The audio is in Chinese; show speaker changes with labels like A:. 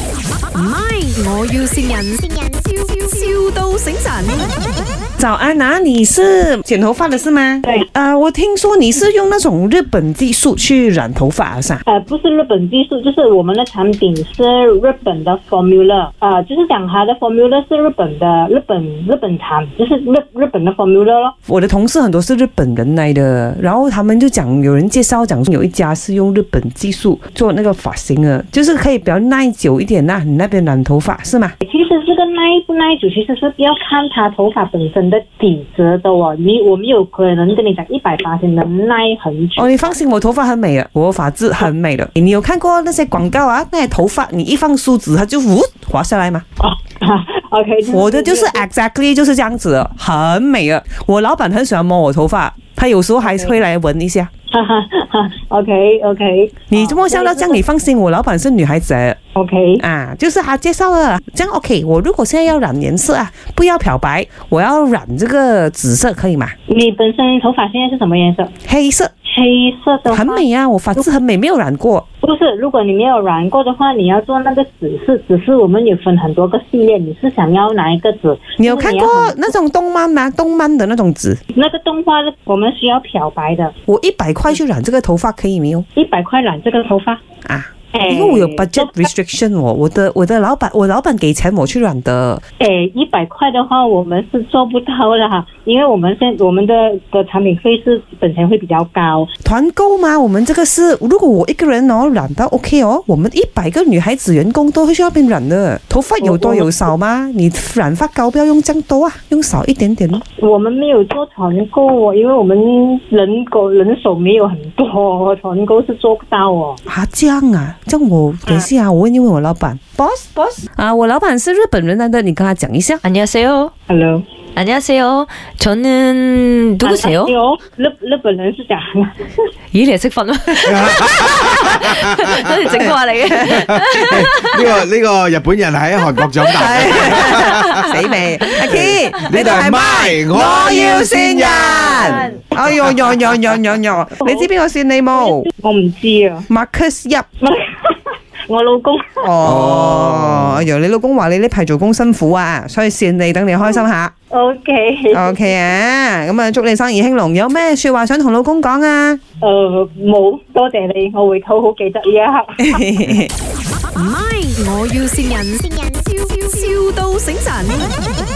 A: 唔係，我要善人，笑笑到醒神。
B: 早安啊，你是剪头发的是吗？
C: 对，
B: 呃，我听说你是用那种日本技术去染头发啊是吧？
C: 呃，不是日本技术，就是我们的产品是日本的 formula，呃，就是讲它的 formula 是日本的，日本日本产，就是日日本的 formula 咯。
B: 我的同事很多是日本人来的，然后他们就讲，有人介绍讲有一家是用日本技术做那个发型的，就是可以比较耐久一点呐、你那边染头发是吗？
C: 其实这个耐不耐久，其实是要看它头发本身的底子的哦。你我没有可能跟你讲一百八十能耐很久
B: 哦，。你放心，我头发很美的，啊我发质很美的。你有看过那些广告啊？那些头发你一放梳子，它就呜滑下来吗？
C: OK，
B: 我的就是
C: 嗯
B: exactly 就是这样子的，很美的。我老板很喜欢摸我头发，他有时候还会来闻一下。
C: 哈 哈哈 OK OK，
B: 啊你这么笑到这样，你放心，我老板是女孩子来的
C: 啊 OK
B: 啊，就是他介绍了这样 OK。我如果现在要染颜色啊，不要漂白，我要染这个紫色可以吗？
C: 你本身头发现在是什么颜色？
B: 黑色
C: 黑色的话
B: 很美啊，我发质很美，没有染过。
C: 不是，如果你没有染过的话，你要做那个紫色，紫色我们有分很多个系列，你是想要哪一个紫？
B: 你有看过
C: 因为你要很
B: 那种动漫吗？动漫的那种紫，
C: 那个动画？我们需要漂白的，
B: 我一百块去染这个头发可以没有
C: 一百块染这个头发。
B: 啊？
C: 哎
B: 因为我有 budget restriction 哦，我的我的老板我老板给钱我去染的，
C: 诶，哎一百块的话，我们是做不到的哈，因为我们现我们的的产品费是本钱会比较高。
B: 团购吗？我们这个是如果我一个人哦染到 OK 哦，我们一百个女孩子员工都会去那边染的，头发有多有少吗？你染发膏不要用这样多啊，用少一点点咯。
C: 我们没有做团购哦，因为我们人口人手没有很多哦，团购是做不到哦。
B: 啊，这样啊，这样我等一下，我问一问我老板，boss boss 啊，我老板是日本人来的，你跟他讲一下。
D: 안녕하세요.
C: Hello，
D: 안녕하세요. 저는 누구세요?
C: 有啊哦日日本人是讲
D: 이래 색판은 너는 증거하래.
E: 呢個呢個日本人喺韓國長大，呢
B: 死未？阿 K，
E: 度係咪？我要先人。
B: 哎呦呦呦呦呦呦！你知边個線你冇
C: 我唔知啊。
B: ？Marcus 入
C: 我老公
B: 哦，哎呦，你老公話你呢排做工辛苦啊，所以線你等你開心下。
C: ，OK，
B: OK 啊，咁啊祝你生意興隆，有咩说話想同老公講啊？
C: 誒呃冇、多謝你，我回頭好記得呢一刻。
A: 唔係，我要善人，笑笑到醒神。